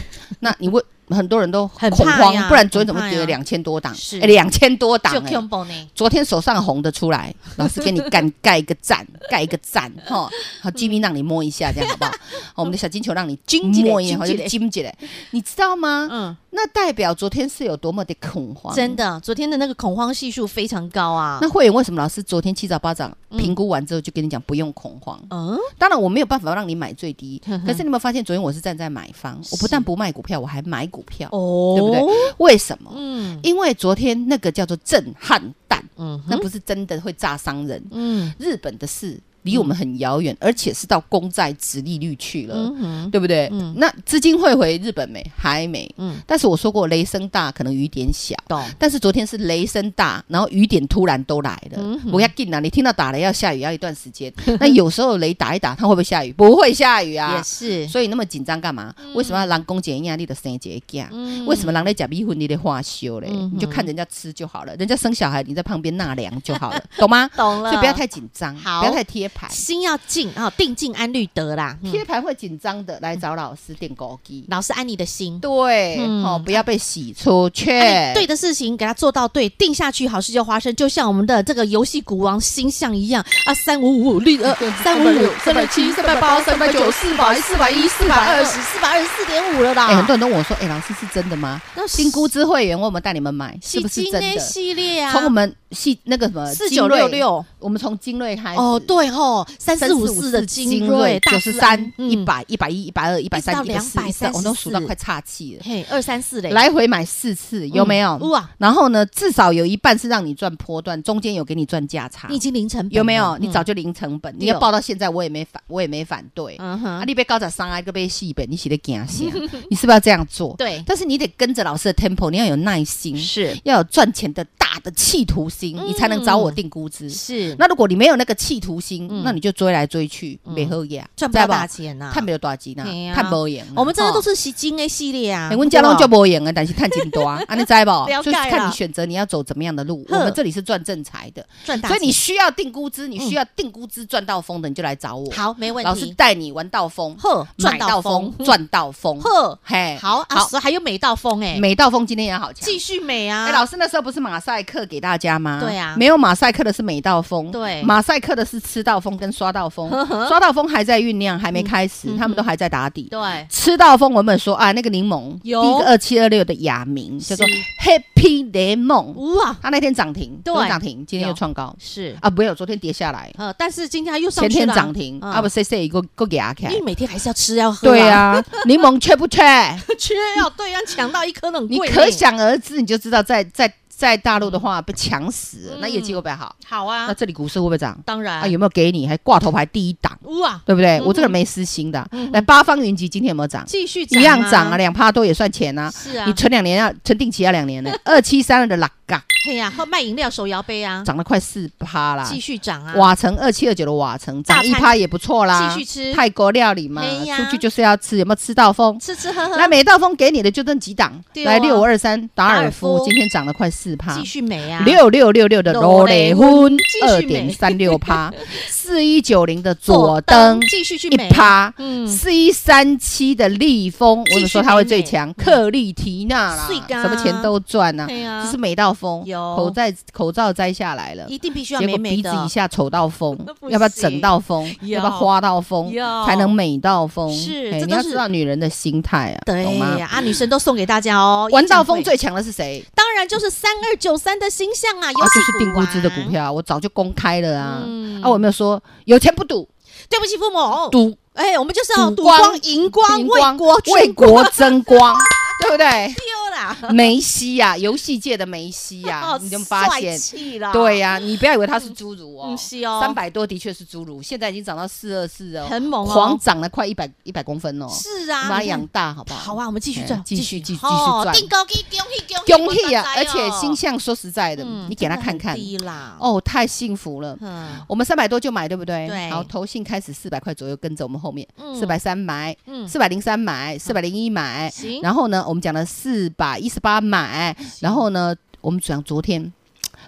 Speaker 2: 那你问很多人都
Speaker 1: 很
Speaker 2: 恐
Speaker 1: 怕
Speaker 2: 慌
Speaker 1: 呀，
Speaker 2: 不然昨天怎
Speaker 1: 很
Speaker 2: 么
Speaker 1: 怕
Speaker 2: 跌了
Speaker 1: 呀
Speaker 2: 两千多档哎
Speaker 1: 是？
Speaker 2: 两千多档、
Speaker 1: 就
Speaker 2: 欸
Speaker 1: combo 呢，
Speaker 2: 昨天手上红的出来，老师给你干盖一个赞，盖一个赞
Speaker 1: <laughs>
Speaker 2: 哈。好，金币让你摸一下，这样好不好？好我们的小金球让你
Speaker 1: 金一下
Speaker 2: 摸一下，
Speaker 1: 金
Speaker 2: 好
Speaker 1: 一下
Speaker 2: 就金起来，你知道吗？
Speaker 1: 嗯，
Speaker 2: 那代表昨天是有多么的恐慌，
Speaker 1: 真。的，昨天的那个恐慌系数非常高啊
Speaker 2: 那，会员为什么老师昨天七早八早评估完之后就跟你讲不用恐慌？
Speaker 1: 嗯，
Speaker 2: 当然我没有办法让你买最低，
Speaker 1: 呵呵
Speaker 2: 可是你有没有发现昨天我是站在买方，我不但不卖股票，我还买股票，
Speaker 1: 哦，
Speaker 2: 对不对？为什么？
Speaker 1: 嗯
Speaker 2: 因为昨天那个叫做震撼弹，
Speaker 1: 嗯哼
Speaker 2: 那不是真的会炸伤人，
Speaker 1: 嗯
Speaker 2: 日本的事离我们很遥远，而且是到公债值利率去了，
Speaker 1: 嗯哼
Speaker 2: 对不对？那资金会回日本没？还没。
Speaker 1: 嗯
Speaker 2: 但是我说过，雷声大可能雨点小。
Speaker 1: 懂。
Speaker 2: 但是昨天是雷声大，然后雨点突然都来
Speaker 1: 嗯
Speaker 2: 了，不要紧啊！你听到打雷要下雨要一段
Speaker 1: <laughs>
Speaker 2: 时间，那有时候雷打一打，它会不会下雨？不会下雨啊
Speaker 1: 也。是，
Speaker 2: 所以那么紧张干嘛？
Speaker 1: 嗯
Speaker 2: 为什么要人公检啊压力的生一个囝？为什么人在讲离婚你得化休嘞？
Speaker 1: 嗯哼
Speaker 2: 你就看人家吃就好了，人家生小孩你在旁边纳凉就好了，懂吗？
Speaker 1: 懂了，
Speaker 2: 所以不要太紧张，
Speaker 1: 好
Speaker 2: 不要太贴牌，
Speaker 1: 心要静啊、定静安律得啦。嗯
Speaker 2: 贴牌会紧张的，来找老师垫高机。
Speaker 1: 老师安你的心，
Speaker 2: 对，
Speaker 1: 嗯
Speaker 2: 哦，不要被洗出去。
Speaker 1: 安你对的事情给他做到对，定下去好事就发生。就像我们的这个游戏股王星象一样啊，三五五绿呃三五五三百七三百八三百九四百四百一四百二十四百二十四点五了啦。
Speaker 2: 哎，很多人都问我说，哎，老师是真的吗？
Speaker 1: 那
Speaker 2: 新估值会员，我有没有带你们买？是
Speaker 1: 吸
Speaker 2: 不是
Speaker 1: 金
Speaker 2: 真
Speaker 1: 呢
Speaker 2: 的？
Speaker 1: 系列啊，
Speaker 2: 从我们系那个什么
Speaker 1: 四
Speaker 2: 精
Speaker 1: 九
Speaker 2: 锐
Speaker 1: 六，六
Speaker 2: 我们从精锐开始。
Speaker 1: 哦，对吼，三四五四的精锐
Speaker 2: 九十三、
Speaker 1: 嗯
Speaker 2: 一百、一百一、一百二、一百
Speaker 1: 到
Speaker 2: 三、一百四、
Speaker 1: 200
Speaker 2: 一百我都数到
Speaker 1: 34
Speaker 2: 快岔气了。
Speaker 1: 嘿二三四嘞，
Speaker 2: 来回买四次，有没有？
Speaker 1: 嗯哇，
Speaker 2: 然后呢，至少有一半是让你赚波段，中间有给你赚价差。
Speaker 1: 你已经凌晨
Speaker 2: 有没有？你
Speaker 1: 嗯
Speaker 2: 早就零成本，你
Speaker 1: 对哦
Speaker 2: 要报到现在，我也没反，我也没反对。
Speaker 1: 嗯
Speaker 2: 啊，
Speaker 1: 哼，
Speaker 2: 你被高涨伤害，个被戏本，你写的惊
Speaker 1: <laughs>
Speaker 2: 吓，你是不是要这样做？
Speaker 1: 对
Speaker 2: 但是你得跟着老师的 tempo，你要有耐心，
Speaker 1: 是嗯
Speaker 2: 要有赚钱的大大的企图心，你才能找我定估值。
Speaker 1: 是
Speaker 2: 那如果你没有那个企图心，
Speaker 1: 嗯
Speaker 2: 那你就追来追去，没喝呀，
Speaker 1: 赚不到
Speaker 2: 啊知道
Speaker 1: 大钱呐、
Speaker 2: 探不了多少钱
Speaker 1: 嘿
Speaker 2: 呐，
Speaker 1: 啊
Speaker 2: 探无赢啊。
Speaker 1: 我们真的
Speaker 2: 吼
Speaker 1: 都是吸金 A 系列啊，
Speaker 2: 哎，阮家拢就无用的，但是探
Speaker 1: <laughs>
Speaker 2: 金多啊，啊，你知道不？
Speaker 1: 了解
Speaker 2: 就
Speaker 1: 了
Speaker 2: 是看你选择你要走怎么样的路。
Speaker 1: 呵
Speaker 2: 我们这里是赚正财的，
Speaker 1: 赚大
Speaker 2: 所
Speaker 1: 钱，
Speaker 2: 以你需要定估值，你需要定估值赚到疯的，你就来找我。，
Speaker 1: 好没问
Speaker 2: 老师
Speaker 1: 题，
Speaker 2: 带你玩到疯，
Speaker 1: 呵赚
Speaker 2: 买
Speaker 1: 到
Speaker 2: 到
Speaker 1: 疯嗯
Speaker 2: 疯，，赚到疯。
Speaker 1: 呵
Speaker 2: 嘿，
Speaker 1: 好啊，
Speaker 2: 好，
Speaker 1: 所以还有美到疯哎，
Speaker 2: 每到疯今天也好强
Speaker 1: 继。续美啊，
Speaker 2: 哎，老师那时候不是马赛克给大家吗？
Speaker 1: 对啊
Speaker 2: 没有马赛克的是美到疯，
Speaker 1: 对
Speaker 2: 马赛克的是吃到疯跟刷到疯，刷到疯还在酝酿，
Speaker 1: 嗯
Speaker 2: 还没开始，他们都还在打底。
Speaker 1: 对，
Speaker 2: 吃到疯，我们说啊，那个柠檬，
Speaker 1: 有
Speaker 2: 第一个二七二六的雅明叫做 Happy Lemon，啊
Speaker 1: 哇
Speaker 2: 它那天涨停，
Speaker 1: 对
Speaker 2: 昨天涨停，今天又
Speaker 1: 有
Speaker 2: 创高
Speaker 1: 是
Speaker 2: 啊，没有，昨天跌下来，
Speaker 1: 呃，但是今天它又上
Speaker 2: 前
Speaker 1: 去
Speaker 2: 天
Speaker 1: 了啊
Speaker 2: 涨停
Speaker 1: 嗯
Speaker 2: 啊，不，谁谁一个个牙
Speaker 1: 因
Speaker 2: 开，
Speaker 1: 为每天还是要吃要喝，
Speaker 2: 对，啊，柠檬缺不缺？
Speaker 1: <laughs> 缺要对要抢到一颗那很
Speaker 2: 你
Speaker 1: <laughs> 贵呢，
Speaker 2: 可想而知，你就知道在在在大陆的话被抢死了，那业绩会不会好？
Speaker 1: 好
Speaker 2: 那
Speaker 1: 嗯啊，
Speaker 2: 这里股市会不会涨？
Speaker 1: 当然
Speaker 2: 啊，有没有给你还挂头牌第一档，
Speaker 1: 哇，
Speaker 2: 对不对？
Speaker 1: 嗯
Speaker 2: 我这个人没私心的。来，八方云集今天有没有涨？
Speaker 1: 继续
Speaker 2: 一样涨啊，，两趴多也算钱啊。
Speaker 1: 是啊
Speaker 2: 你，存两年要存定期要
Speaker 1: <laughs>
Speaker 2: 两年呢，二七三二的拉嘎
Speaker 1: 嘿呀，喝卖饮料手摇杯啊，
Speaker 2: 涨了快四趴啦，
Speaker 1: 继续涨啊，
Speaker 2: 瓦城二七二九的瓦城
Speaker 1: 大
Speaker 2: 涨
Speaker 1: 餐
Speaker 2: 一趴也不错啦，
Speaker 1: 继续吃
Speaker 2: 泰国料理嘛，
Speaker 1: 嘿呀
Speaker 2: 出去就是要吃，有没有吃到风？
Speaker 1: 吃吃喝喝，
Speaker 2: 那每道风给你的就这几档，
Speaker 1: 对啊
Speaker 2: 来六五二三达尔
Speaker 1: 达尔
Speaker 2: 夫
Speaker 1: 夫
Speaker 2: 今天涨了快四趴，
Speaker 1: 继续美啊，
Speaker 2: 六六六六的罗雷婚
Speaker 1: 继
Speaker 2: 二
Speaker 1: 续美
Speaker 2: 点三六趴，四一九零的
Speaker 1: 左
Speaker 2: 左登
Speaker 1: 继续去
Speaker 2: 一
Speaker 1: 美，
Speaker 2: 趴，
Speaker 1: 嗯，
Speaker 2: 四一三七的利丰，我
Speaker 1: 继续
Speaker 2: 们说它会
Speaker 1: 美美
Speaker 2: 最强，克利提娜啦
Speaker 1: 碎，嘎
Speaker 2: 什么钱都赚呐、
Speaker 1: 对啊
Speaker 2: 这是美到疯，
Speaker 1: 有
Speaker 2: 口罩口罩摘下来了。
Speaker 1: 一定必须要
Speaker 2: 结
Speaker 1: 美
Speaker 2: 果
Speaker 1: 美
Speaker 2: 鼻子
Speaker 1: 的，
Speaker 2: 一下丑到疯
Speaker 1: <laughs> 不，
Speaker 2: 要不要
Speaker 1: 行
Speaker 2: 整到疯，要不
Speaker 1: 要
Speaker 2: 要花到疯，
Speaker 1: 要
Speaker 2: 才能美到疯。
Speaker 1: 是
Speaker 2: 嘿
Speaker 1: 这
Speaker 2: 你
Speaker 1: 都
Speaker 2: 要
Speaker 1: 是
Speaker 2: 知道女人的心态啊，
Speaker 1: 对
Speaker 2: 懂吗
Speaker 1: 呀？啊，女神都送给大家哦。
Speaker 2: <laughs> 玩到
Speaker 1: 一
Speaker 2: 疯
Speaker 1: 进会
Speaker 2: 最强的是谁？
Speaker 1: 当然就是三二九三的星象啊，有
Speaker 2: 啊
Speaker 1: 喜
Speaker 2: 就是定
Speaker 1: 股
Speaker 2: 估
Speaker 1: 啊
Speaker 2: 值的股。票啊，我早就公开了啊
Speaker 1: 嗯。
Speaker 2: 啊，我没有说有钱不赌，
Speaker 1: 对不起，父母，
Speaker 2: 赌
Speaker 1: 哎，我们就是要
Speaker 2: 赌
Speaker 1: 赌
Speaker 2: 光
Speaker 1: 光、赢光、
Speaker 2: 赢
Speaker 1: 为
Speaker 2: 光
Speaker 1: 国
Speaker 2: 为
Speaker 1: 捐
Speaker 2: 国争光，
Speaker 1: <laughs>
Speaker 2: 对不对？
Speaker 1: 丢啦，
Speaker 2: 梅西呀、游戏界的梅西呀、
Speaker 1: <laughs> 哦
Speaker 2: 你就发现
Speaker 1: 帅，气啦，
Speaker 2: 对呀、你不要以为他是侏儒哦
Speaker 1: 嗯，是哦
Speaker 2: 三百多的确是侏儒，现在已经涨到四二四哦，
Speaker 1: 很猛哦
Speaker 2: 狂涨了快一百一百公分哦，
Speaker 1: 是啊，
Speaker 2: 把它
Speaker 1: 你看
Speaker 2: 养大好不好？
Speaker 1: 好啊，我们继续赚
Speaker 2: 哎，继续继续
Speaker 1: 哦
Speaker 2: 继续赚
Speaker 1: 定高给恭喜恭喜
Speaker 2: 恭喜啊！而且星，象说实在的，
Speaker 1: 哦嗯
Speaker 2: 你给他看
Speaker 1: 真的
Speaker 2: 看
Speaker 1: 很低啦，
Speaker 2: 哦，太幸福了。
Speaker 1: 嗯
Speaker 2: 我们三百多就买，对不对？
Speaker 1: 对
Speaker 2: 好，投信开始四百块左右跟着我们后面，
Speaker 1: 嗯
Speaker 2: 四百三买，
Speaker 1: 嗯，
Speaker 2: 四百零三买，四百零一买，
Speaker 1: 行，
Speaker 2: 哎然后呢，我们讲了四百一十八买，然后呢，我们讲昨天，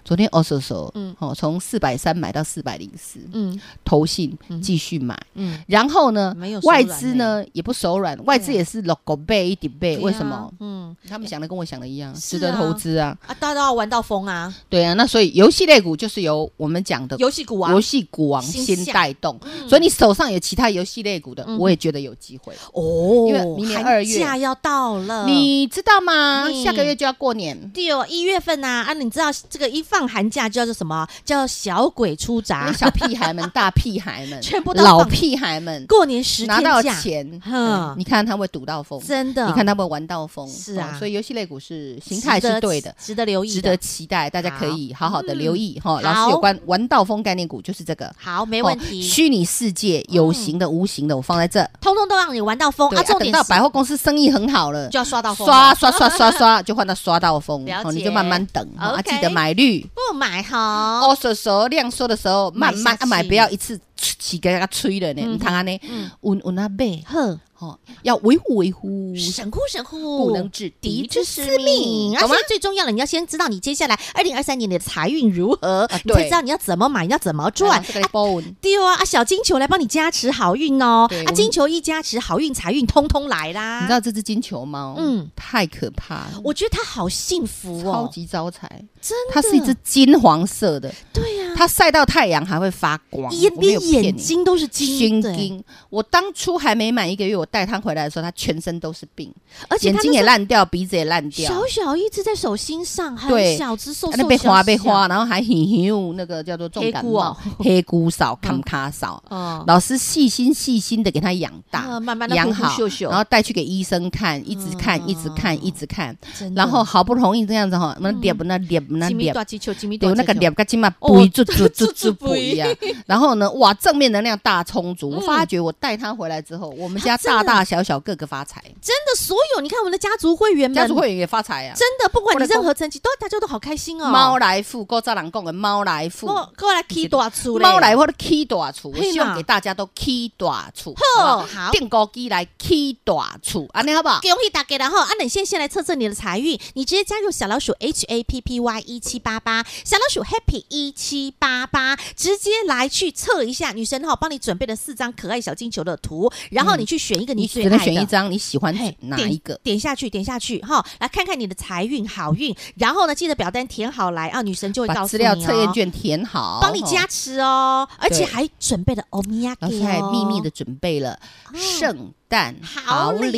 Speaker 2: 昨天二手手，
Speaker 1: 嗯
Speaker 2: 嗯，哦，从四百三买到四百零四，
Speaker 1: 嗯
Speaker 2: 投信继续买，
Speaker 1: 嗯，
Speaker 2: 然后呢
Speaker 1: 没有，手
Speaker 2: 外
Speaker 1: 软
Speaker 2: 资呢也不手软，外资也是六个倍一点倍，
Speaker 1: 啊对啊
Speaker 2: 为什么？？
Speaker 1: 嗯
Speaker 2: 他们想的跟我想的一样，
Speaker 1: 是
Speaker 2: 值
Speaker 1: 啊
Speaker 2: 得投资啊，
Speaker 1: 啊，大家都要玩到疯啊，
Speaker 2: 对啊，那所以游戏类股就是由我们讲的
Speaker 1: 游戏股啊
Speaker 2: 呃游，戏股王
Speaker 1: 星
Speaker 2: 先
Speaker 1: 象
Speaker 2: 带动，
Speaker 1: 嗯
Speaker 2: 所以你手上有其他游戏类股的，我也觉得有机会。
Speaker 1: 哦，
Speaker 2: 因为明年
Speaker 1: 寒
Speaker 2: 二月
Speaker 1: 假要到了，
Speaker 2: 你知道吗？
Speaker 1: 嗯
Speaker 2: 下个月就要过年，
Speaker 1: 对哦，一月份呐、啊，你知道这个一放寒假就叫做什么？叫小鬼出
Speaker 2: 那
Speaker 1: 闸
Speaker 2: 些，小屁
Speaker 1: <laughs>
Speaker 2: 孩们、大屁孩们、
Speaker 1: 啊全部都
Speaker 2: 老
Speaker 1: 放
Speaker 2: 屁孩们
Speaker 1: 过年十
Speaker 2: 拿
Speaker 1: 天
Speaker 2: 到
Speaker 1: 假，
Speaker 2: 钱，
Speaker 1: 哼
Speaker 2: 嗯你看他会赌到疯，
Speaker 1: 真的，
Speaker 2: 你看他会玩到疯，
Speaker 1: 是啊
Speaker 2: 哦所以游戏类股是形态
Speaker 1: 值
Speaker 2: 是
Speaker 1: 得
Speaker 2: 对的。
Speaker 1: 值得留意，
Speaker 2: 值得。期待，大家可以好好的留意哈。
Speaker 1: 嗯
Speaker 2: 老
Speaker 1: 好
Speaker 2: 师有关玩到疯概念股就是这个，
Speaker 1: 好，没
Speaker 2: 没
Speaker 1: 问题，
Speaker 2: 虚拟世界有形的、无形的，我放在这。
Speaker 1: 通通都让你玩到疯
Speaker 2: 对
Speaker 1: 啊！重点
Speaker 2: 等到
Speaker 1: 是
Speaker 2: 百货公司生意很好了，
Speaker 1: 就要刷到疯，
Speaker 2: 刷刷刷刷刷，就换到刷到疯
Speaker 1: 了，
Speaker 2: 哦，你
Speaker 1: 解
Speaker 2: 就慢慢等哦啊，
Speaker 1: OK
Speaker 2: 记得买绿。
Speaker 1: 不买好。
Speaker 2: 哦，手手量缩的时候，慢
Speaker 1: 买
Speaker 2: 慢
Speaker 1: 下去嗯
Speaker 2: 啊买，不要一次起给它吹了呢，你看安呢，稳稳啊背，
Speaker 1: 呵，
Speaker 2: 哦，要维护维护，
Speaker 1: 神乎神乎，
Speaker 2: 不能置
Speaker 1: 敌
Speaker 2: 敌
Speaker 1: 之
Speaker 2: 之
Speaker 1: 私
Speaker 2: 私
Speaker 1: 命，
Speaker 2: 命，
Speaker 1: 而
Speaker 2: 哎懂
Speaker 1: 且
Speaker 2: 吗？
Speaker 1: 最重要的，你要先知道你接下来二零二三年你的财运如何，你才
Speaker 2: 啊对哎
Speaker 1: 知道你要怎么买，你要怎么赚。
Speaker 2: 这个波纹，
Speaker 1: 对哦啊，小金球来帮你加持好运哦
Speaker 2: 对，
Speaker 1: 啊，
Speaker 2: 我们嗯
Speaker 1: 金球一加持，好运财运通通来
Speaker 2: 你
Speaker 1: 啦
Speaker 2: 知。道这只金球猫，
Speaker 1: 嗯
Speaker 2: 嗯，太可怕了。
Speaker 1: 我觉得他好幸福
Speaker 2: 超
Speaker 1: 哦，
Speaker 2: 级招财，
Speaker 1: 真的，
Speaker 2: 它是一只金黄色的，
Speaker 1: 对呀、
Speaker 2: 它晒到太阳还会发光，
Speaker 1: 眼
Speaker 2: 我没有
Speaker 1: 连
Speaker 2: 骗
Speaker 1: 眼
Speaker 2: 你。
Speaker 1: 睛都是金
Speaker 2: 熏
Speaker 1: 的，
Speaker 2: 金，我当初还没满一个月，我带它回来的时候，它全身都是病，
Speaker 1: 而且
Speaker 2: 眼
Speaker 1: 它
Speaker 2: 睛也烂掉，鼻子也烂掉，
Speaker 1: 小小一只在手心上，很
Speaker 2: 对
Speaker 1: 小只瘦
Speaker 2: 啊
Speaker 1: 瘦
Speaker 2: 那被
Speaker 1: 小
Speaker 2: 花被
Speaker 1: 小，
Speaker 2: 花，然后还很有那个叫做重感冒，黑姑嫂、康卡嫂，
Speaker 1: 嗯哦，
Speaker 2: 老师细心细心的给它养
Speaker 1: 呃
Speaker 2: 大，
Speaker 1: 慢慢地
Speaker 2: 养
Speaker 1: 呼呼
Speaker 2: 好
Speaker 1: 秀，秀嗯
Speaker 2: 然后带去给医生看，一直看，一直看，一直看，
Speaker 1: 真的
Speaker 2: 然后好不容易这样子哈，那点不那点不那
Speaker 1: 金米
Speaker 2: 点，
Speaker 1: 大鸡球，金米大
Speaker 2: 有那个
Speaker 1: 鸡球
Speaker 2: 点个起码
Speaker 1: 哦
Speaker 2: 补一注这这这不一样。然后呢，哇，正面能量大充
Speaker 1: 嗯
Speaker 2: 足。我发觉我带他回来之后，我们家大大小小各个发财，
Speaker 1: 真的，所有你看我们的家族会员们，
Speaker 2: 家族会员也发财啊。
Speaker 1: 真的不管
Speaker 2: 我
Speaker 1: 你
Speaker 2: 的
Speaker 1: 任
Speaker 2: 公
Speaker 1: 何成绩，都大家都好开心哦。
Speaker 2: 猫来富，够扎人讲的猫来富，
Speaker 1: 过过来 key 多出嘞，
Speaker 2: 猫来我的 key 大处，我
Speaker 1: 嘿
Speaker 2: 希望
Speaker 1: 嘛
Speaker 2: 给大家都 key 大处，
Speaker 1: 呵
Speaker 2: 好不
Speaker 1: 好
Speaker 2: 好？电高机来 key 大处，安尼好不好？
Speaker 1: 恭喜大家！然后啊，你现在先来测测你的财运，你直接加入小老鼠 H A P P Y 一七八八，小老鼠 Happy 一七八八，直接来去测一下。女神哈、帮你准备了四张可爱小金球的图，然嗯后你去选一个
Speaker 2: 你
Speaker 1: 最
Speaker 2: 只
Speaker 1: 爱的。
Speaker 2: 能选一张，你喜欢
Speaker 1: 嘿
Speaker 2: 哪
Speaker 1: 点
Speaker 2: 一个？
Speaker 1: 点下去，点下去哈，来看看你的财运、好运。然后呢，记得表单填好来啊，女神就会告
Speaker 2: 把
Speaker 1: 诉
Speaker 2: 资
Speaker 1: 你、哦、
Speaker 2: 料测验卷填好，
Speaker 1: 帮你
Speaker 2: 吼
Speaker 1: 加。持哦，而且
Speaker 2: 对
Speaker 1: 还准备了欧米亚给哦
Speaker 2: 老师还秘密的准备了圣诞
Speaker 1: 好
Speaker 2: 哦好礼，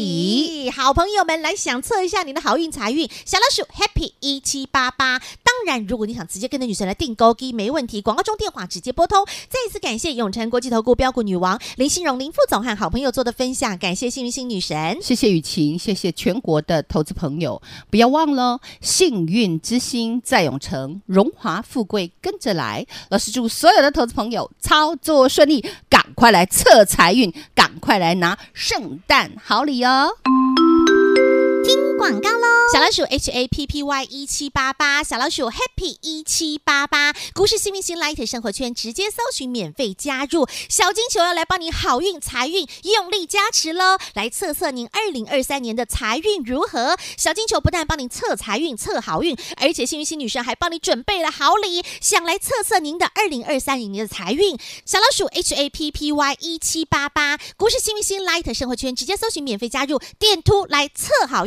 Speaker 1: 礼，好朋友们来想测一下你的好运财运。小老鼠 Happy 一七八八。当然，如果你想直接跟着女神来订购机，没问题。广告中电话直接拨通。再一次感谢永诚国际投顾标股女王林心荣林副总和好朋友做的分享，感谢幸运星女神。
Speaker 2: 谢谢雨晴，谢谢全国的投资朋友，不要忘了，幸运之星在永城，荣华富贵跟着来。老师祝所有的投资朋友操作顺利，赶快来测财运，赶快来拿圣诞好礼哦！
Speaker 1: 广告喽！小老鼠 H A P P Y 一七八八，小老鼠 Happy 一七八八，股市新明星 Light 生活圈直接搜寻免费加入，小金球要来帮你好运财运用力加持喽！来测测您二零二三年的财运如何？小金球不但帮您测财运、测好运，而且幸运星女神还帮你准备了好礼，想来测测您的二零二三年的财运。小老鼠 H A P P Y 一七八八，股市新明星 Light 生活圈直接搜寻免费加入，电突来测好